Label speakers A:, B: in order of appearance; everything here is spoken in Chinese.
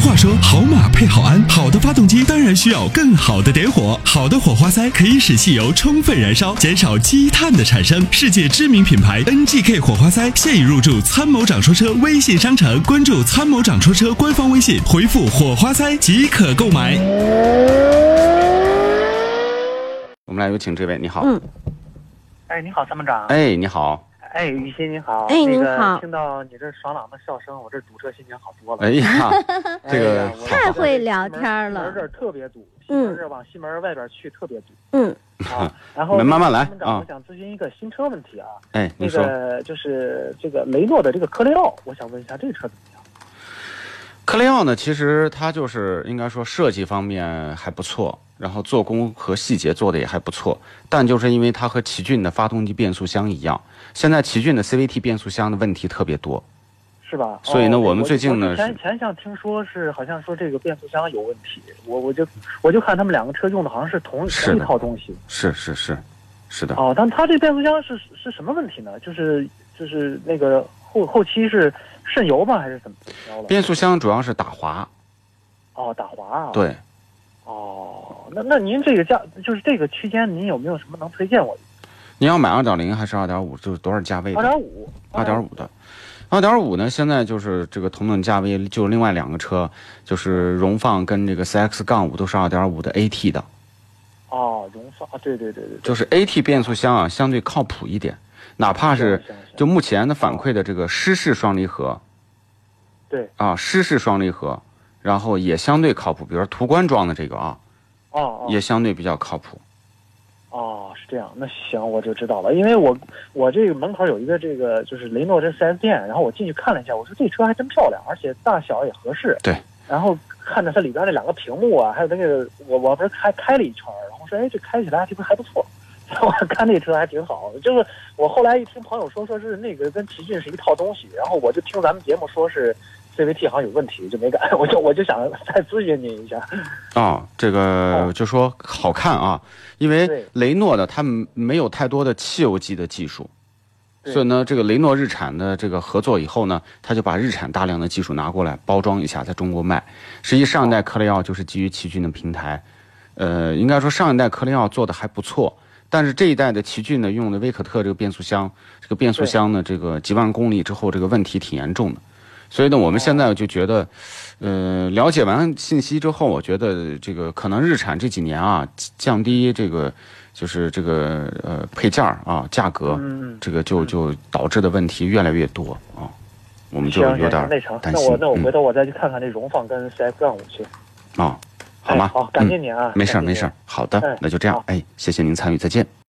A: 话说，好马配好鞍，好的发动机当然需要更好的点火。好的火花塞可以使汽油充分燃烧，减少积碳的产生。世界知名品牌 NGK 火花塞现已入驻参谋长说车微信商城，关注参谋长说车官方微信，回复火花塞即可购买。
B: 我们来有请这位，你好。
C: 嗯，
D: 哎，你好，参谋长。
B: 哎，你好。
D: 哎，于鑫，你好。
C: 哎
D: 那
C: 您
D: 个
C: 好
D: 听到你这爽朗的笑声，我这堵车心情好多了。
B: 哎 呀，这个
D: 哎呀我
C: 太会聊天了
D: 我这儿特别堵，西
C: 嗯
D: 门这儿往西门外边去 特别堵。
C: 嗯，
D: 啊，然后
B: 你们慢慢来
D: 参谋长
B: 啊
D: 我想咨询一个新车问题啊，
B: 哎，你
D: 那
B: 说，
D: 个就是这个雷诺的这个科雷傲，我想问一下这车怎么样？
B: 克雷奥呢？其实它就是应该说设计方面还不错，然后做工和细节做的也还不错，但就是因为它和奇骏的发动机变速箱一样，现在奇骏的
D: 嗯
B: CVT 变速箱的问题特别多。
D: 是吧？
B: 所以呢
D: 哦
B: 我们最近呢
D: 我
B: 是
D: 前前项听说是好像说这个变速箱有问题，我我就我就看他们两个车用的好像是同
B: 是
D: 同
B: 的
D: 一套东西。
B: 是是是，是的。
D: 哦，但它这变速箱是是什么问题呢？就是就是那个后后期是渗油吗？还是怎么怎么着了？
B: 变速箱主要是打滑，
D: 哦，打滑啊。。
B: 对，
D: 哦，那那您这个价就是这个区间，您有没有什么能推荐我的？
B: 你要买二点零还是二点五，就是多少价位
D: 二
B: 的？
D: 点五，
B: 二点
D: 五，
B: 五的。二点五呢，现在就是这个同等价位，就另外两个车，就是荣放跟这个 CX 杠五都是二点五的 AT 的，
D: 哦，荣放，啊对对对对，
B: 就是 AT 变速箱啊，相对靠谱一点，哪怕是啊
D: 行行行
B: 就目前的反馈的这个湿式双离合
D: 对，
B: 啊，湿式双离合，然后也相对靠谱，比如说途观装的这个啊，
D: 哦哦，
B: 也相对比较靠谱。
D: 哦，是这样，那行我就知道了，因为我我这个门口有一个这个就是雷诺这四 S 店，然后我进去看了一下，我说这车还真漂亮，而且大小也合适。
B: 对。
D: 然后看着它里边那两个屏幕啊，还有那个我我不是开开了一圈儿，然后说哎这开起来这不还不错， 我看这车还挺好。就是我后来一听朋友说说是那个跟奇骏是一套东西，然后我就听咱们节目说是 CVT 好像有问题，就没敢，我 就我就想再咨询您一下。
B: 哦，这个
D: 哦
B: 就说好看啊，因为
D: 对
B: 雷诺的它们没有太多的汽油机的技术，
D: 对
B: 所以呢，这个雷诺日产的这个合作以后呢，他就把日产大量的技术拿过来包装一下，在中国卖。实际上一
D: 哦
B: 代科雷傲就是基于奇骏的平台，呃，应该说上一代科雷傲做的还不错，但是这一代的奇骏呢，用的威可特这个变速箱，这个变速
D: 对
B: 箱呢，这个几万公里之后，这个问题挺严重的。所以呢，我们现在就觉得，呃，了解完信息之后，我觉得这个可能日产这几年啊，降低这个就是这个呃配件儿啊价格，
D: 嗯。
B: 这个就就导致的问题越来越多啊，我们就
D: 行
B: 有点
D: 行行，那
B: 儿
D: 成，
B: 担
D: 那
B: 心嗯
D: 我那我回头我再去看看这荣放跟 CX 杠五去，
B: 啊，好
D: 哎
B: 吗？
D: 好，感
B: 嗯
D: 谢您啊，
B: 没事儿
D: 感谢
B: 没事
D: 您
B: 儿，好的
D: 哎，
B: 那就这样
D: 好，
B: 哎，谢谢您参与，再见。